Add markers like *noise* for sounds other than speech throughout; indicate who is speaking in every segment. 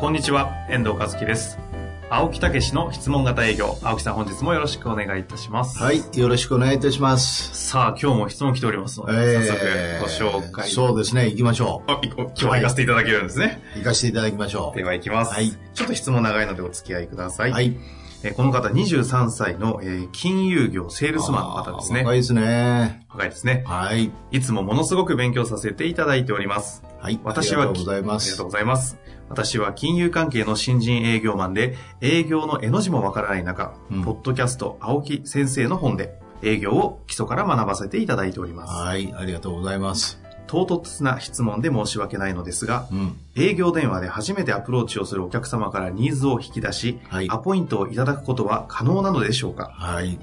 Speaker 1: こんにちは、遠藤和樹です。青木武の質問型営業。青木さん、本日もよろしくお願いいたします。
Speaker 2: はい。、よろしくお願いいたします。
Speaker 1: さあ、今日も質問来ておりますので、
Speaker 2: えー
Speaker 1: 早速ご紹介。
Speaker 2: そうですね。行きましょ
Speaker 1: あいこ今日は行かせていただけるんですね。
Speaker 2: う。行かせていただきましょ
Speaker 1: では行きます、
Speaker 2: はい
Speaker 1: ちょっと質問長いのでお付き合いくださ
Speaker 2: う。
Speaker 1: い。
Speaker 2: はい。
Speaker 1: えーこの方、23歳の、えー金融業セールスマンの方です
Speaker 2: あー
Speaker 1: ね。
Speaker 2: 若いですね。
Speaker 1: 若いですね。
Speaker 2: はい。
Speaker 1: いつもものすごく勉強させていただいております。
Speaker 2: はい。
Speaker 1: 私は
Speaker 2: ありがとうございま
Speaker 1: ありが
Speaker 2: す
Speaker 1: とう。ございます。私は金融関係の新人営業マンで、営業の絵の字もわからない中、
Speaker 2: うん
Speaker 1: ポッドキャスト青木先生の本で、営業を基礎から学ばせていただいております。
Speaker 2: はい。ありがとうございます。
Speaker 1: 唐突な質問で申し訳ないのですが、
Speaker 2: うん。
Speaker 1: 営業電話で初めてアプローチをするお客様からニーズを引き出し、
Speaker 2: はい
Speaker 1: ア。ポイントをいただくことは可能なのでしょうか
Speaker 2: はい。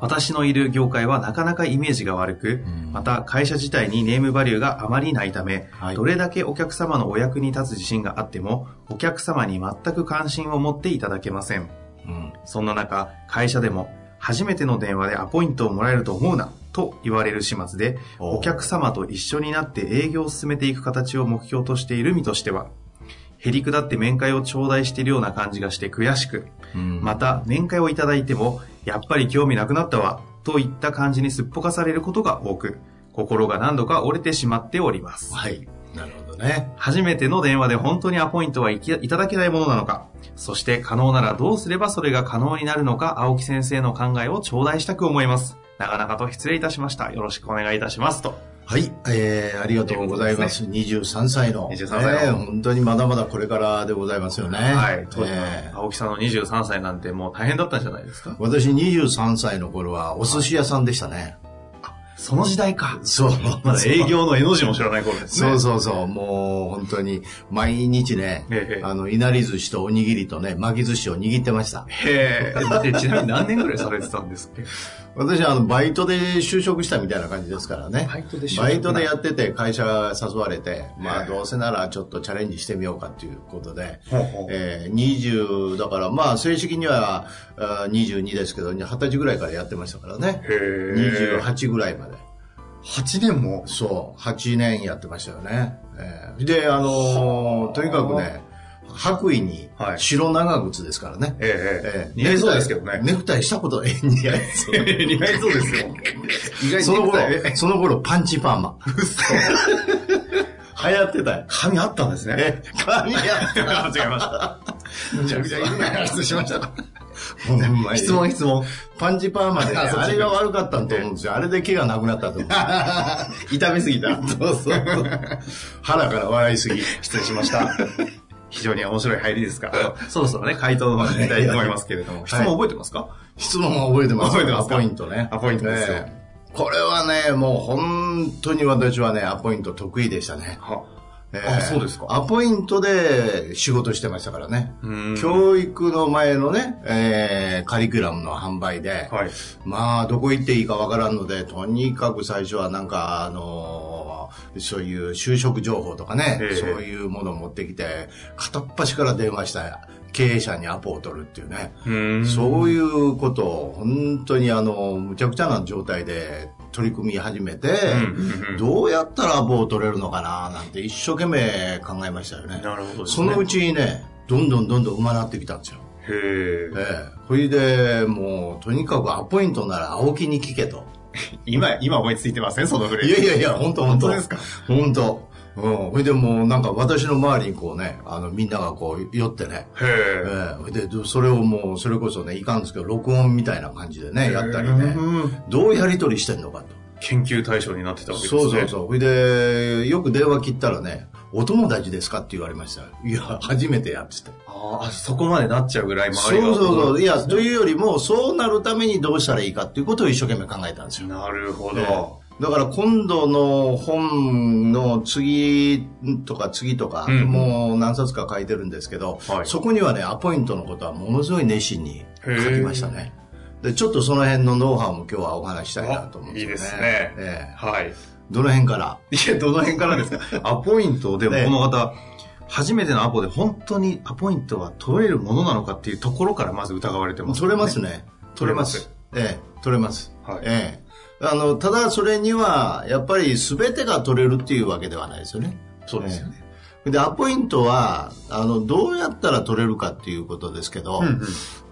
Speaker 1: 私のいる業界はなかなかイメージが悪く、
Speaker 2: うん
Speaker 1: また会社自体にネームバリューがあまりないため、
Speaker 2: はい
Speaker 1: どれだけお客様のお役に立つ自信があっても、お客様に全く関心を持っていただけません。
Speaker 2: うん。
Speaker 1: そんな中、会社でも、初めての電話でアポイントをもらえると思うな、と言われる始末で、
Speaker 2: お
Speaker 1: お客様と一緒になって営業を進めていく形を目標としている身としては、へりくだって面会を頂戴しているような感じがして悔しく、
Speaker 2: うん
Speaker 1: また面会をいただいても、やっぱり興味なくなったわ、といった感じにすっぽかされることが多く、心が何度か折れてしまっております。
Speaker 2: はい。なるほどね。
Speaker 1: 初めての電話で本当にアポイントはいきいただけないものなのか、そして可能ならどうすればそれが可能になるのか、青木先生の考えを頂戴したく思います。なかなかと失礼いたしました。よろしくお願いいたします。と。
Speaker 2: はい。えー、ありがとうございます。23歳の。
Speaker 1: 23歳の
Speaker 2: えー本当にまだまだこれからでございますよね。
Speaker 1: はい。当時
Speaker 2: え
Speaker 1: の
Speaker 2: ー
Speaker 1: 青木さんの23歳なんてもう大変だったんじゃないですか。
Speaker 2: 私23歳の頃はお寿司屋さんでしたね。
Speaker 1: その時代か。
Speaker 2: そう。
Speaker 1: まだ営業の絵の字も知らない頃ですね。
Speaker 2: そうそうそう、もう本当に、毎日ね、
Speaker 1: ええ
Speaker 2: あの、いなり寿司とおにぎりとね、巻き寿司を握ってました。
Speaker 1: へえ。だってちなみに何年ぐらいされてたんですっけ
Speaker 2: 私はあの、バイトで就職したみたいな感じですからね。
Speaker 1: イトで
Speaker 2: バイトでやってて、会社が誘われて、ま
Speaker 1: え
Speaker 2: あ、
Speaker 1: え
Speaker 2: どうせならちょっとチャレンジしてみようかっていうことで、
Speaker 1: ほうほう
Speaker 2: えー、20、だから、まあ、正式にはあー22ですけど、20歳ぐらいからやってましたからね。
Speaker 1: へえ。
Speaker 2: 28ぐらいまで。
Speaker 1: 8年も
Speaker 2: そう、8年やってましたよね。えーで、あのーとにかくね、白衣に
Speaker 1: はい
Speaker 2: 白長靴ですからね。
Speaker 1: ええ。
Speaker 2: えー
Speaker 1: 似合いそうですけどね。
Speaker 2: ネクタイしたことない似合いそう
Speaker 1: *laughs* 似合いそうですよ。意外
Speaker 2: その
Speaker 1: ネク
Speaker 2: 頃
Speaker 1: タイ、
Speaker 2: その頃パンチパーマ。流行ってたよ。
Speaker 1: 髪あったんですね。
Speaker 2: え、髪や。
Speaker 1: 違いました。
Speaker 2: *laughs* めちゃくちゃいい話しました。ほんまに
Speaker 1: *laughs* 質問質問。
Speaker 2: パンチパーマでね、
Speaker 1: あそう
Speaker 2: あれが悪かったと思うんですよ。あれで毛がなくなったと思う。
Speaker 1: *laughs* 痛めすぎた。
Speaker 2: そうそう。腹から笑いすぎ。
Speaker 1: 失礼しました。非常に面白い入りですから、 *laughs* そろそろね、回答の方に行きたいと思いますけれども、質問覚えてますか
Speaker 2: 質問は覚えてます。
Speaker 1: 覚えてますか
Speaker 2: アポイントね。
Speaker 1: アポイントですよ
Speaker 2: ええこれはね、もう本当に私はね、アポイント得意でしたね。ええ
Speaker 1: あそうですか
Speaker 2: アポイントで仕事してましたからね。
Speaker 1: 今
Speaker 2: 教育の前のね、ええカリキュラムの販売で、
Speaker 1: はい。
Speaker 2: まあ、どこ行っていいかわからんので、とにかく最初はなんか、あのーそういう就職情報とかね、
Speaker 1: ええ
Speaker 2: そういうものを持ってきて、片っ端から電話した経営者にアポを取るっていうね。
Speaker 1: うん
Speaker 2: そういうことを本当にあの、むちゃくちゃな状態で取り組み始めて、
Speaker 1: うんうん
Speaker 2: どうやったら棒を取れるのかななんて一生懸命考えましたよね。
Speaker 1: なるほどです
Speaker 2: そ
Speaker 1: ね
Speaker 2: のうちにね、どんどんどんどん馬なってきたんですよ。
Speaker 1: へえ
Speaker 2: ええ。ほいで、もう、とにかくアポイントなら青木に聞けと。
Speaker 1: 今、今思いついてませんそのフレー
Speaker 2: い
Speaker 1: ズ。
Speaker 2: やいやいや、本当本当
Speaker 1: 本当ですか
Speaker 2: 本当。うん。ほいでもうなんか私の周りにこうね、あのみんながこう寄ってね、
Speaker 1: へえ。
Speaker 2: ええ、でどそれをもうそれこそねいかんですけど録音みたいな感じでねやったりね
Speaker 1: うん
Speaker 2: どうやり取りしてんのかと
Speaker 1: 研究対象になってたわけですね。
Speaker 2: そうそうそうほいでよく電話切ったらね「お友達ですか?」って言われましたよいや初めてやってて
Speaker 1: ああ、そこまでなっちゃうぐらい周
Speaker 2: そう
Speaker 1: りが。
Speaker 2: そうそういやというよりもそうなるためにどうしたらいいかっていうことを一生懸命考えたんですよ
Speaker 1: なるほど。
Speaker 2: えだから今度の本の次とか次とか、
Speaker 1: うん
Speaker 2: もう何冊か書いてるんですけど、
Speaker 1: はい
Speaker 2: そこにはね、アポイントのことはものすごい熱心に書きましたね。で、ちょっとその辺のノウハウも今日はお話ししたいなと思うんですよね。
Speaker 1: あいいですね
Speaker 2: ええ
Speaker 1: はい。
Speaker 2: どの辺から
Speaker 1: いや、どの辺からです *laughs* かアポイント、でも
Speaker 2: ね
Speaker 1: この方、初めてのアポで本当にアポイントは取れるものなのかっていうところからまず疑われてます、
Speaker 2: 取れます。ね。
Speaker 1: 取れます。
Speaker 2: ええ、取れます。
Speaker 1: はい
Speaker 2: ええ。あの、ただそれには、やっぱり全てが取れるっていうわけではないですよね。
Speaker 1: そうですよね。
Speaker 2: で、アポイントは、あの、どうやったら取れるかっていうことですけど、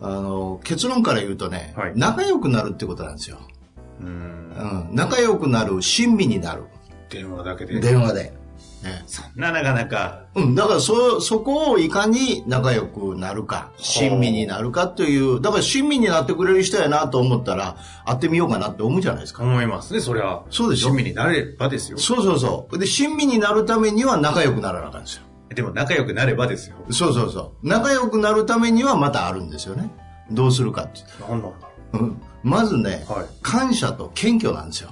Speaker 2: あの、結論から言うとね、
Speaker 1: はい
Speaker 2: 仲良くなるってことなんですよ。
Speaker 1: うんうん。
Speaker 2: う
Speaker 1: うん
Speaker 2: ん。仲良くなる、親身になる。
Speaker 1: 電話だけで。
Speaker 2: 電話で。ね
Speaker 1: そんななかなか。
Speaker 2: うん、だからそ、そこをいかに仲良くなるか、親身になるかという、だから親身になってくれる人やなと思ったら、会ってみようかなって思うじゃないですか。
Speaker 1: 思いますね、そりゃ。
Speaker 2: そうでしょ
Speaker 1: 親身になればですよ。
Speaker 2: そうそうそう。で、親身になるためには仲良くならなあかんですよ。
Speaker 1: でも仲良くなればですよ。
Speaker 2: そうそうそう。仲良くなるためにはまたあるんですよね。どうするかって。
Speaker 1: なんなんだろ
Speaker 2: うん、まずね、
Speaker 1: はい
Speaker 2: 感謝と謙虚なんですよ。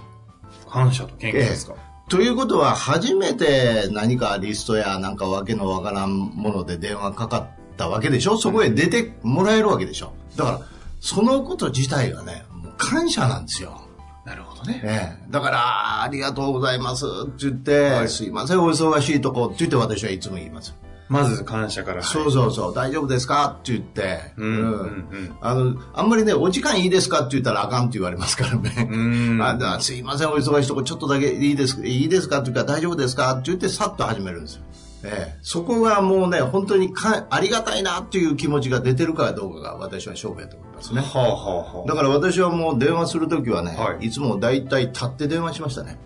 Speaker 1: う。感謝と謙虚ですか。
Speaker 2: ということは、初めて何かリストやなんかわけのわからんもので電話かかったわけでしょそこへ出てもらえるわけでしょだから、そのこと自体がね、もう感謝なんですよ。
Speaker 1: なるほどね。
Speaker 2: ええ、だから、ありがとうございますって言って、すいません、お忙しいとこって言って私はいつも言います。
Speaker 1: まず感謝から。
Speaker 2: そうそうそう、大丈夫ですかって言って、
Speaker 1: うん
Speaker 2: う
Speaker 1: うん
Speaker 2: ん
Speaker 1: うん
Speaker 2: あの、あんまりね、お時間いいですかって言ったらあかんって言われますからね。
Speaker 1: うん
Speaker 2: あだすいません、お忙しいとこ、ちょっとだけいいです、いいですかっていうか、大丈夫ですかって言って、さっと始めるんですよ。ええ、そこがもうね、本当にかありがたいなっていう気持ちが出てるかどうかが私は勝負やと思いますね。
Speaker 1: はあはあはあ
Speaker 2: だから私はもう電話するときはね、、
Speaker 1: はい
Speaker 2: つも大体立って電話しましたね。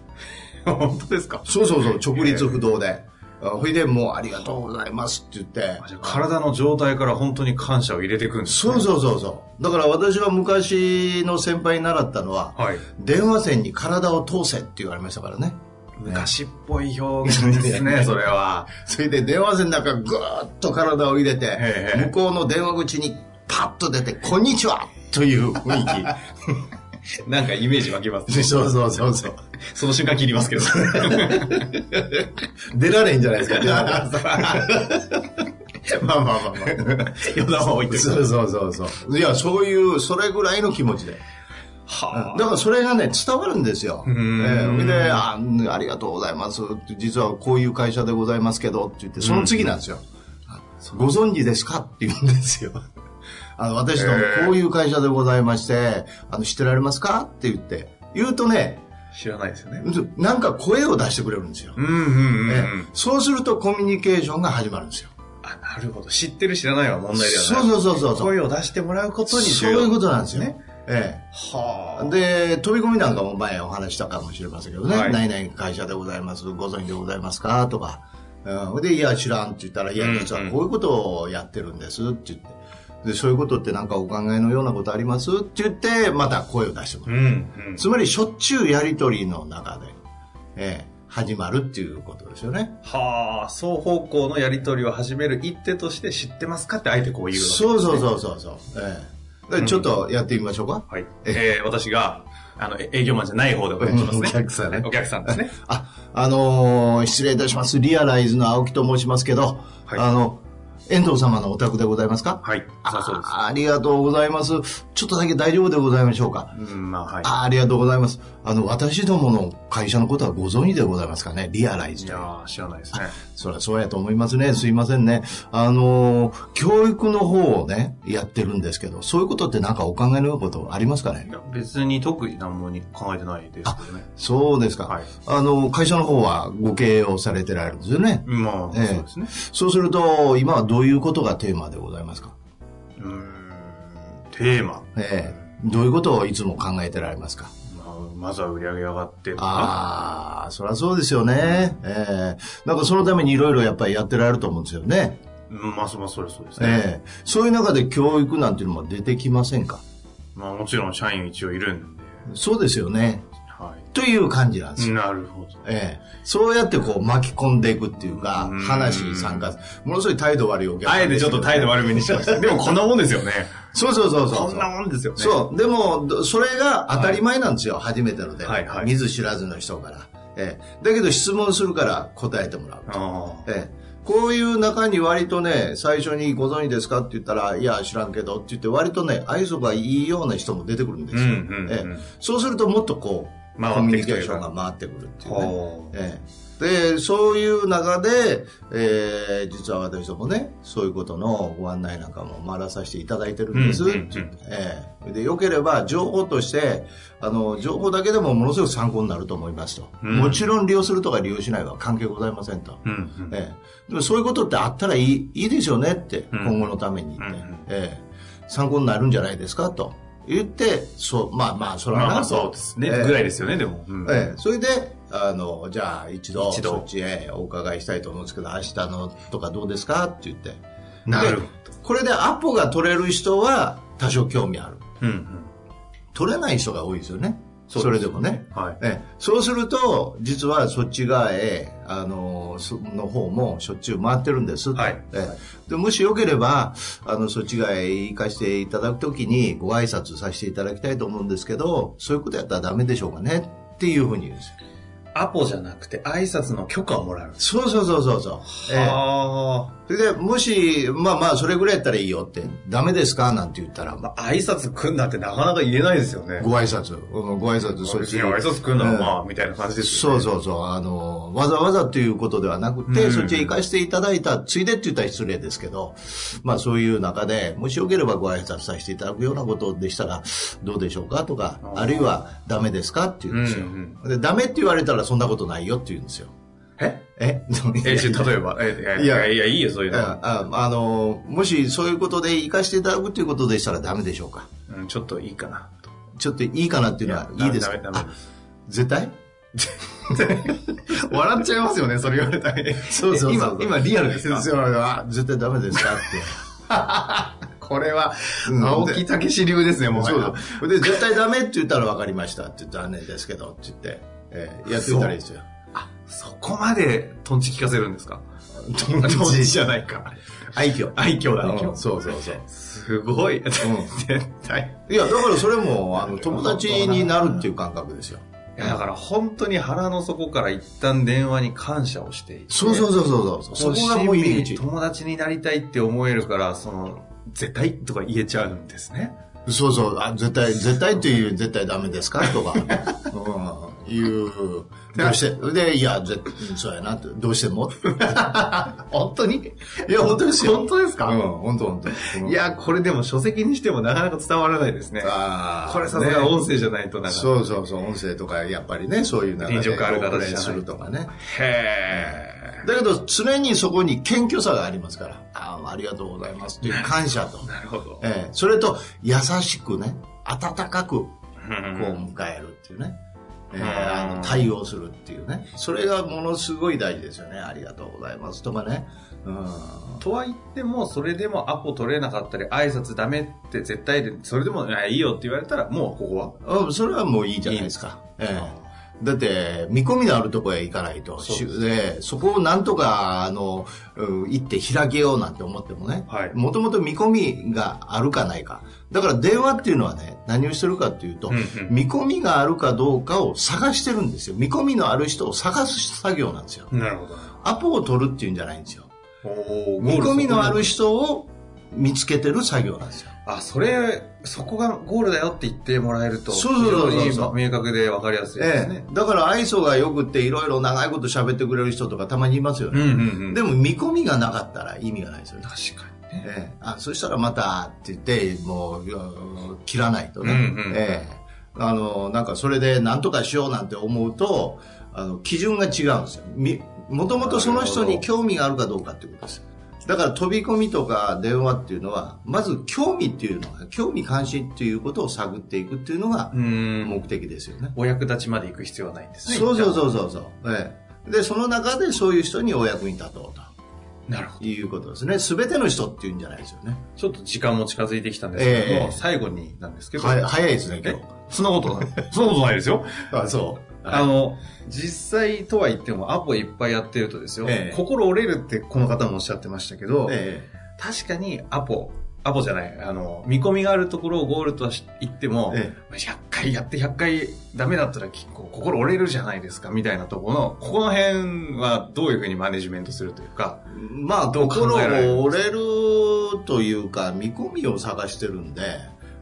Speaker 1: 本当ですか
Speaker 2: そうそうそう、直立不動で。あほいで、もうありがとうございますって言って
Speaker 1: あ。じゃあ体の状態から本当に感謝を入れていくんです
Speaker 2: そうそうそうそう。だから私は昔の先輩に習ったのは、
Speaker 1: はい
Speaker 2: 電話線に体を通せって言われましたからね。
Speaker 1: 昔っぽい表現です *laughs* ねそれは
Speaker 2: それで電話線の中ぐーっと体を入れて
Speaker 1: え、え
Speaker 2: 向こうの電話口にパッと出て、こんにちはという雰囲
Speaker 1: *laughs* なんかイメージ湧きます
Speaker 2: 気。そうそうそうそう。
Speaker 1: *laughs* その瞬間切りますけど
Speaker 2: 出られんじゃないですか、出られん *laughs* まあまあまあまあ。
Speaker 1: 余談は置いてる
Speaker 2: そうそう *laughs* そうそう。いや、そういう、それぐらいの気持ちで。
Speaker 1: は
Speaker 2: だからそれがね、伝わるんですよ。ええ
Speaker 1: ん
Speaker 2: それであ、うんありがとうございます。実はこういう会社でございますけど、って言って、その次なんですよ。あご存知ですかって言うんですよ。 *laughs* あの、私のこういう会社でございまして、あの、知ってられますかって言って、言うとね、
Speaker 1: あ知らないですよね
Speaker 2: うんなんか声を出してくれるんですよ。
Speaker 1: うんうんうん、う
Speaker 2: ええ
Speaker 1: ん
Speaker 2: そうするとコミュニケーションが始まるんですよ。
Speaker 1: あなるほど知ってる知らないは問題ではない
Speaker 2: そうそうそうそうそう
Speaker 1: 声を出してもらうことに
Speaker 2: そういうことなんですよね。ええ
Speaker 1: はあ
Speaker 2: で、飛び込みなんかも前お話したかもしれませんけどね、
Speaker 1: はい
Speaker 2: 何々会社でございます、ご存知でございますかとか、うん、で、いや、知らんって言ったら、いや
Speaker 1: うんう、ん
Speaker 2: 実はこういうことをやってるんですって言って、で、そういうことってなんかお考えのようなことありますって言って、また声を出してく
Speaker 1: う
Speaker 2: る。
Speaker 1: んうん
Speaker 2: つまり、しょっちゅうやりとりの中で、ええ始まるっていうことですよね。
Speaker 1: はあ双方向のやり取りを始める一手として知ってますかってあえてこう言うわけですね
Speaker 2: そうそうそうそうそう。ええでちょっとやってみましょうか。
Speaker 1: はい。えー、私が、あの、え営業マンじゃない方でお願いしますね。
Speaker 2: お客さんね
Speaker 1: お客さんですね。
Speaker 2: あ、あのー失礼いたします。リアライズの青木と申しますけど、
Speaker 1: はい
Speaker 2: あの、遠藤様のお宅でございますか
Speaker 1: はい。さあ、そうです。
Speaker 2: あありがとうございます。ちょっとだけ大丈夫でございましょうか、
Speaker 1: うん、まあ、はい。
Speaker 2: あありがとうございます。あの、私どもの会社のことはご存知でございますかねリアライズ
Speaker 1: い
Speaker 2: とい
Speaker 1: や
Speaker 2: う
Speaker 1: ー、知らないですね。
Speaker 2: そりゃそうやと思いますね。すいませんね。あのー教育の方をね、やってるんですけど、そういうことってなんかお考えのことありますかね
Speaker 1: いや別に特に何もに考えてないですけどね。
Speaker 2: そうですか。
Speaker 1: はい
Speaker 2: あの、会社の方はご経営をされてられるんですよね。
Speaker 1: まあ、
Speaker 2: ええ
Speaker 1: そうですね。
Speaker 2: そうすると、今はどういうことがテーマでございますか
Speaker 1: うーん、テーマ。
Speaker 2: ええどういうことをいつも考えてられますか
Speaker 1: まあ、まずは売り上げ上がって、
Speaker 2: ああ、そりゃそうですよね。ええなんかそのためにいろいろやっぱりやってられると思うんですよね。
Speaker 1: うんまあ、そうまあ、それそうですね。
Speaker 2: ええそういう中で教育なんていうのも出てきませんか
Speaker 1: まあ、もちろん社員一応いるんで、
Speaker 2: そうですよね。
Speaker 1: はい。
Speaker 2: という感じなんですよ。
Speaker 1: なるほど。
Speaker 2: ええ、そうやってこう巻き込んでいくっていうか、
Speaker 1: うん
Speaker 2: 話に参加ものすごい態度悪いお客さん
Speaker 1: あえてちょっと態度
Speaker 2: 悪い
Speaker 1: 悪めにしました。でもこんなもんですよね。
Speaker 2: そうそうそうそう
Speaker 1: こんなもんですよね。
Speaker 2: そうでもどそれが当たり前なんですよ、初めてので、
Speaker 1: はいはい
Speaker 2: 見ず知らずの人から、ええ、だけど質問するから答えてもらう、
Speaker 1: あ
Speaker 2: ええ、こういう中に割とね最初に「ご存知ですか?」って言ったら「いや知らんけど」って言って割とね愛想がいいような人も出てくるんで
Speaker 1: ー。う
Speaker 2: す
Speaker 1: ん
Speaker 2: よ、
Speaker 1: うん
Speaker 2: え
Speaker 1: うん。
Speaker 2: え、そうするともっとこうコ
Speaker 1: 回っ
Speaker 2: ミュ
Speaker 1: て
Speaker 2: ニ
Speaker 1: きて
Speaker 2: ケ
Speaker 1: る
Speaker 2: ーションが回ってくるっていうね、
Speaker 1: ほう
Speaker 2: ええでそういう中で、えー実は私どもねそういうことのご案内なんかも回らさせていただいてるんです、
Speaker 1: うんうんうん
Speaker 2: ええでよければ情報としてあの情報だけでもものすごく参考になると思いますと、
Speaker 1: うん
Speaker 2: もちろん利用するとか利用しないは関係ございませんと、
Speaker 1: うんうん。
Speaker 2: ええでもそういうことってあったらいいいいですよねって、
Speaker 1: うん
Speaker 2: 今後のためにって、
Speaker 1: うんうん
Speaker 2: ええ参考になるんじゃないですかと言ってそうまあまあそれは
Speaker 1: まあ
Speaker 2: な
Speaker 1: まあそうですね。
Speaker 2: ええ
Speaker 1: ぐらいですよね、でも。うん
Speaker 2: ええ、それで、あの、じゃあ一度、
Speaker 1: 一度
Speaker 2: そっちへお伺いしたいと思うんですけど、明日のとかどうですかって言って。
Speaker 1: なるほ
Speaker 2: でこれでアポが取れる人は多少興味ある。
Speaker 1: ど。うんうん。
Speaker 2: 取れない人が多いですよね。そ
Speaker 1: そう
Speaker 2: れ
Speaker 1: です
Speaker 2: でもね。
Speaker 1: はい。
Speaker 2: ええ、そうすると、実はそっち側へ、あの、その方もしょっちゅう回ってるんです。
Speaker 1: はい
Speaker 2: ええでもしよければ、あの、そっち側へ行かせていただくときにご挨拶させていただきたいと思うんですけど、そういうことやったらダメでしょうかねっていうふうに言うんですよ。
Speaker 1: アポじゃなくて挨拶の許可をもらう。
Speaker 2: そうそうそうそうそう。ええ
Speaker 1: あ
Speaker 2: それで、もし、まあまあ、それぐらいやったらいいよって、ダメですかなんて言ったら、
Speaker 1: あ。
Speaker 2: ま
Speaker 1: まあ挨拶来んなってなかなか言えないですよね
Speaker 2: あ。ご挨拶、うんご挨拶、そっ
Speaker 1: 別
Speaker 2: ち
Speaker 1: に挨拶来んならまあ、みたいな感じですよ
Speaker 2: そ
Speaker 1: ね
Speaker 2: うそうそう、あの、わざわざということではなくて、
Speaker 1: うん
Speaker 2: そっちへ行かせていただいた、ついでって言ったら失礼ですけど、まあそういう中で、もしよければご挨拶させていただくようなことでしたら、どうでしょうかとか、
Speaker 1: あー
Speaker 2: あるいは、ダメですかって言うんですよ、
Speaker 1: うん
Speaker 2: で。ダメって言われたら、そんなことないよって言うんですよ。
Speaker 1: え
Speaker 2: え
Speaker 1: え、ちょ例えば、え、えい
Speaker 2: いや
Speaker 1: や、いや、いいよ、そういうの。
Speaker 2: あああのもしそういうことで生かしていただくということでしたらダメでしょうか
Speaker 1: うん、ちょっといいかな。
Speaker 2: ちょっといいかなっていうのはい
Speaker 1: や
Speaker 2: いいですか
Speaker 1: ダメダメダメ
Speaker 2: あ絶対
Speaker 1: 笑っちゃいますよね、それ言われたら。
Speaker 2: そうそうそう
Speaker 1: 今、今、リアルですか
Speaker 2: *laughs* そうあ絶対ダメですかって
Speaker 1: これは
Speaker 2: う、ん
Speaker 1: 青木武史流ですね、もう。
Speaker 2: そうそうで絶対ダメって言ったら分かりましたって残念ですけどって言って、えーやってみたらいいですよ
Speaker 1: そこまで、トンチ聞かせるんですか
Speaker 2: トンチ
Speaker 1: トンチじゃないか。
Speaker 2: 愛嬌
Speaker 1: 愛嬌だ、愛
Speaker 2: う
Speaker 1: 嬌
Speaker 2: ん。そうそうそう
Speaker 1: すごい。絶対。
Speaker 2: いやだからそれもあの友達になるっていう感覚ですよ
Speaker 1: いや、だから本当に腹の底から一旦電話に感謝をしていて。
Speaker 2: そうそうそうそうそ
Speaker 1: そ
Speaker 2: うそ
Speaker 1: こ
Speaker 2: こ
Speaker 1: が
Speaker 2: が
Speaker 1: も
Speaker 2: も
Speaker 1: う
Speaker 2: う
Speaker 1: 入
Speaker 2: 入
Speaker 1: り
Speaker 2: り
Speaker 1: 口
Speaker 2: 口
Speaker 1: 友達になりたいって思えるから、その、絶対とか言えちゃうんですね。
Speaker 2: そうそう、あ絶対、絶対っていう、絶対ダメですかとか、うん、いう、どうして、で、いや、ぜそうやなって、どうしても *laughs* 本当にいや、本当ですよ。
Speaker 1: 本当ですか
Speaker 2: うん、本当本当。
Speaker 1: い、や、これでも書籍にしてもなかなか伝わらないですね。
Speaker 2: あー
Speaker 1: これさすが音声じゃないとな
Speaker 2: ね
Speaker 1: んか。
Speaker 2: そうそうそう、音声とか、やっぱりね、そういう中で、
Speaker 1: 臨場感ある形じゃない
Speaker 2: 応援するとかね。
Speaker 1: へ
Speaker 2: だけど、常にそこに謙虚さがありますから、ああ、ありがとうございますっていう感謝と
Speaker 1: ー。。なるほど。
Speaker 2: ええ、それと、優しくね、温かくこう
Speaker 1: こ
Speaker 2: 迎えるっていうね、え
Speaker 1: うん
Speaker 2: ーあの対応するっていうねそれがものすごい大事ですよねありがとうございますとかね、うん、
Speaker 1: うとは言っても、それでもアポ取れなかったり、挨拶ダメって絶対で、それでも、あいいよって言われたら、もうここは。
Speaker 2: うんそれはもういいじゃないですかええだって見込みのあるところへ行かないと
Speaker 1: そうで
Speaker 2: しでそこをなんとかあの、うん行って開けようなんて思ってもね
Speaker 1: はい
Speaker 2: もともと見込みがあるかないかだから電話っていうのはね何をしてるかっていうと、
Speaker 1: うんうん
Speaker 2: 見込みがあるかどうかを探してるんですよ見込みのある人を探す作業なんですよ
Speaker 1: なるほど。
Speaker 2: アポを取るっていうんじゃないんですよ。
Speaker 1: おーゴー
Speaker 2: 見
Speaker 1: ル
Speaker 2: 込みのある人を見つけてる作業なんですよ。
Speaker 1: あ、それ、そこがゴールだよって言ってもらえると、
Speaker 2: そうそうそうそう
Speaker 1: 非常に明確で分かりやすいですね。
Speaker 2: だから愛想が良くっていろいろ長いこと喋ってくれる人とかたまにいますよ
Speaker 1: うん
Speaker 2: ね。
Speaker 1: うんうん。
Speaker 2: でも見込みがなかったら意味がないですよね。
Speaker 1: 確かにね。
Speaker 2: ええあそしたらまたって言ってもううん切らないとね、
Speaker 1: うんうん
Speaker 2: ええあのなんかそれで何とかしようなんて思うとあの基準が違うんですよみもともとその人に興味があるかどうかってことですだから飛び込みとか電話っていうのはまず興味っていうのが興味関心っていうことを探っていくっていうのが
Speaker 1: うーん。も
Speaker 2: 目
Speaker 1: う、
Speaker 2: 的ですよね、
Speaker 1: お役立ちまで行く必要はないんですね。
Speaker 2: そうそうそうそうそう、ええ、でその中でそういう人にお役に立とう
Speaker 1: う。なるほど。
Speaker 2: ということですね全ての人っていうんじゃないですよね
Speaker 1: ちょっと時間も近づいてきたんですけども、
Speaker 2: ええ
Speaker 1: 最後になんですけど、
Speaker 2: は早いですね今
Speaker 1: え
Speaker 2: 日、
Speaker 1: *laughs* そんなことない、そんなことないですよ。
Speaker 2: あ、そ
Speaker 1: あの、実際とは言ってもアポいっぱいやってるとですよ、
Speaker 2: ええ
Speaker 1: 心折れるってこの方もおっしゃってましたけど、
Speaker 2: え
Speaker 1: 確かにアポ、アポじゃない、あの、見込みがあるところをゴールとし言っても、
Speaker 2: ええ
Speaker 1: 100回やって100回ダメだったら結構心折れるじゃないですかみたいなところの、ここの辺はどういうふうにマネジメントするというか
Speaker 2: え、まあ
Speaker 1: どう考えられ
Speaker 2: 心
Speaker 1: る
Speaker 2: を折れるというか見込みを探してるんで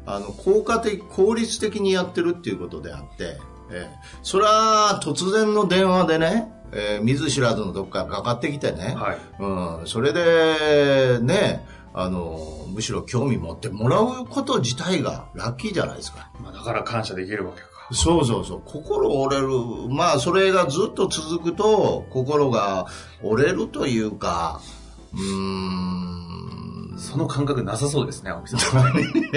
Speaker 2: あの効果的効率的にやってるっていうことであって、ええそれは突然の電話でね、ええ見ず知らずのどっかかかってきてね、
Speaker 1: はい。
Speaker 2: うん、それでねあのむしろ興味持ってもらうこと自体がラッキーじゃないですか
Speaker 1: まあ、だから感謝できるわけか。
Speaker 2: そうそうそう。心折れる。まあ、それがずっと続くと、心が折れるというか、うーん。
Speaker 1: その感覚なさそうですね、青木さん。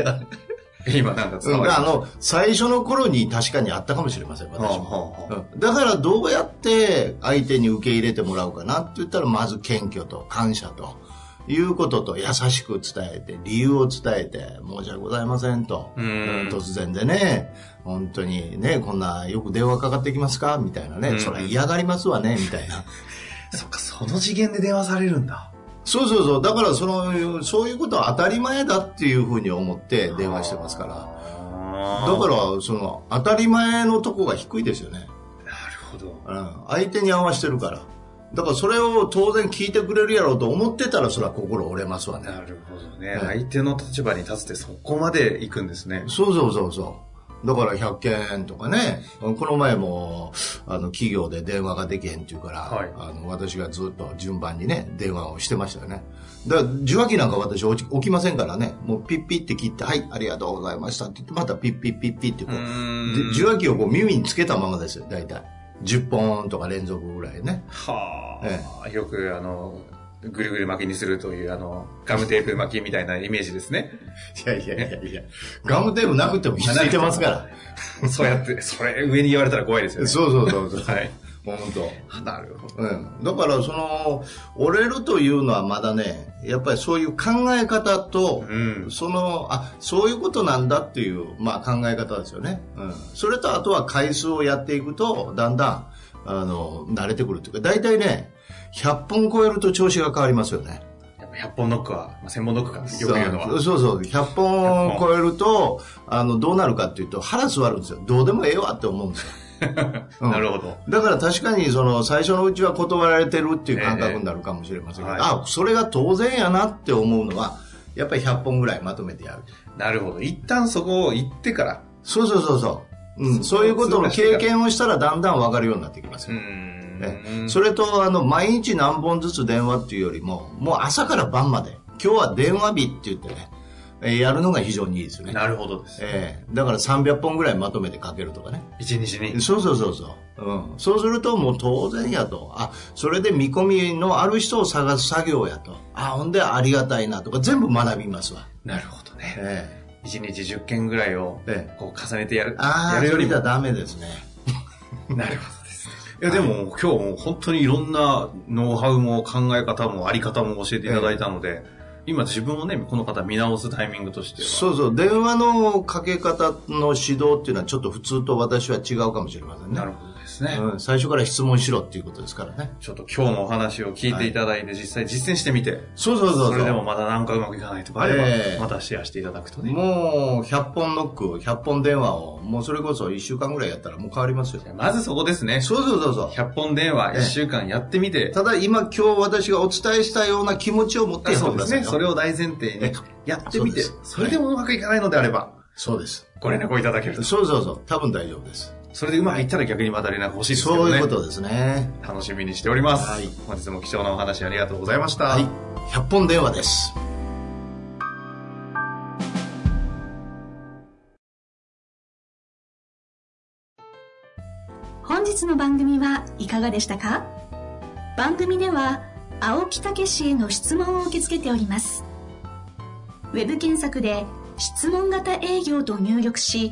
Speaker 1: *laughs* 今なんか伝わりまし
Speaker 2: あ
Speaker 1: た。
Speaker 2: の、最初の頃に確かにあったかもしれません、私も。
Speaker 1: はあは
Speaker 2: うんだからどうやって相手に受け入れてもらうかなって言ったらまず謙虚と感謝ということと優しく伝えて理由を伝えて申し訳ございませんと
Speaker 1: うん
Speaker 2: 突然でね本当にねこんなよく電話かかってきますかみたいな
Speaker 1: う
Speaker 2: ね
Speaker 1: ん
Speaker 2: そりゃ嫌がりますわねみたいな
Speaker 1: あそっか、その次元で電話されるんだ。
Speaker 2: そうそうそうだからそのそういうことは当たり前だっていうふうに思って電話してますからだ
Speaker 1: だ
Speaker 2: からその当たり前のとこが低いですよね
Speaker 1: なるほど。
Speaker 2: うん相手に合わしてるからだからそれを当然聞いてくれるやろうと思ってたらそれは心折れますわね
Speaker 1: なるほどね。
Speaker 2: うん
Speaker 1: 相手の立場に立つってそこまで行くんですね。
Speaker 2: そうそうそうそうだから100件とかねこの前もあの企業で電話ができへんっていうから、
Speaker 1: はい
Speaker 2: あの私がずっと順番にね電話をしてましたよねだから受話器なんか私置き置きませんからねもうピッピッて切って「はいありがとうございました」って言ってまたピッピッピッピッってこう
Speaker 1: ーん
Speaker 2: 受話器をこう耳につけたままですよ大体10本とか連続ぐらいね
Speaker 1: はあ、よくあの、ぐるぐる巻きにするという、あの、ガムテープ巻きみたいなイメージです
Speaker 2: *laughs*
Speaker 1: ね。
Speaker 2: いやいやいやいや、ガムテープなくても引いてますから。
Speaker 1: ら。そうやって、それ上に言われたら怖いですよね。
Speaker 2: そうそうそうそう。
Speaker 1: はい。
Speaker 2: 本
Speaker 1: あなるほど。
Speaker 2: 当。うん。だから、その、折れるというのはまだね、やっぱりそういう考え方と、
Speaker 1: うん。
Speaker 2: その、あ、そういうことなんだっていう、まあ考え方ですよね。うん。それと、あとは回数をやっていくと、だんだん、あの、慣れてくるというか、大体ね、100本超えると調子が変わりますよね。
Speaker 1: やっぱ100本ノックは、まあ、1000本ノックか、よく言うのは。
Speaker 2: そうそうそう100本超えるとあのどうなるかっていうと腹座るんですよどうでもええわって思うんですようん
Speaker 1: なるほど。
Speaker 2: だから確かにその最初のうちは断られてるっていう感覚になるかもしれませんけど、
Speaker 1: ええ
Speaker 2: あそれが当然やなって思うのはやっぱり100本ぐらいまとめてやる
Speaker 1: なるほど。一旦そこを行ってから。
Speaker 2: そうそうそうそう、うん、そういうことの経験をしたらだんだん分かるようになってきます
Speaker 1: う
Speaker 2: よ、
Speaker 1: ー
Speaker 2: ね
Speaker 1: ん。
Speaker 2: それとあの毎日何本ずつ電話っていうよりももう朝から晩まで今日は電話日って言ってねえーやるのが非常にいいですよね
Speaker 1: なるほどです。
Speaker 2: ええだから300本ぐらいまとめてかけるとかね。
Speaker 1: 一日に。
Speaker 2: そうそうそうそう。うん。そうするともう当然やと。あ、それで見込みのある人を探す作業やと。あ、ほんでありがたいなとか全部学びますわ。
Speaker 1: なるほどね。
Speaker 2: え
Speaker 1: 一日10件ぐらいを
Speaker 2: ええ、
Speaker 1: こう重ねてやる
Speaker 2: え。ああ、
Speaker 1: やるより
Speaker 2: それじゃ
Speaker 1: も。
Speaker 2: ダメですね。
Speaker 1: なるほどです。いや、でも、今日もう本当にいろんなノウハウも考え方もあり方も教えていただいたので、今自分をね、この方見直すタイミングとしては。
Speaker 2: そうそう。電話のかけ方の指導っていうのはちょっと普通と私は違うかもしれませんね。
Speaker 1: なるほどですね。
Speaker 2: うん、最初から質問しろっていうことですからね。
Speaker 1: ちょっと今日のお話を聞いていただいて、実際実践してみて、
Speaker 2: そうそうそうそう。
Speaker 1: それでもまだなんかうまくいかないとかあれば、
Speaker 2: ええ
Speaker 1: またシェアしていただくとね。
Speaker 2: もう100本ノック、100本電話を、もうそれこそ1週間ぐらいやったらもう変わりますよ。
Speaker 1: まずそこですね。
Speaker 2: そうそうそうそう。
Speaker 1: 100本電話1週間やってみて、
Speaker 2: ただ今今日私がお伝えしたような気持ちを持ってやって
Speaker 1: そう
Speaker 2: く
Speaker 1: で
Speaker 2: だ
Speaker 1: す
Speaker 2: さい
Speaker 1: ね。
Speaker 2: よ
Speaker 1: それを大前提
Speaker 2: え
Speaker 1: にやってみて、
Speaker 2: そう
Speaker 1: そ
Speaker 2: で
Speaker 1: れ
Speaker 2: す
Speaker 1: でもうまくいかないのであれば、
Speaker 2: そうです。
Speaker 1: ご連絡をいただけると。
Speaker 2: そうそうそう。多分大丈夫です。
Speaker 1: それでうまくいったら逆にまた連絡欲しいですけど
Speaker 2: そ
Speaker 1: ね。
Speaker 2: ういうことですね。
Speaker 1: 楽しみにしております。
Speaker 2: はい
Speaker 1: 本日も貴重なお話ありがとうございました。
Speaker 2: はい。100本電話です。
Speaker 3: 本日の番組はいかがでしたか番組では青木武氏への質問を受け付けておりますウェブ検索で「質問型営業」と入力し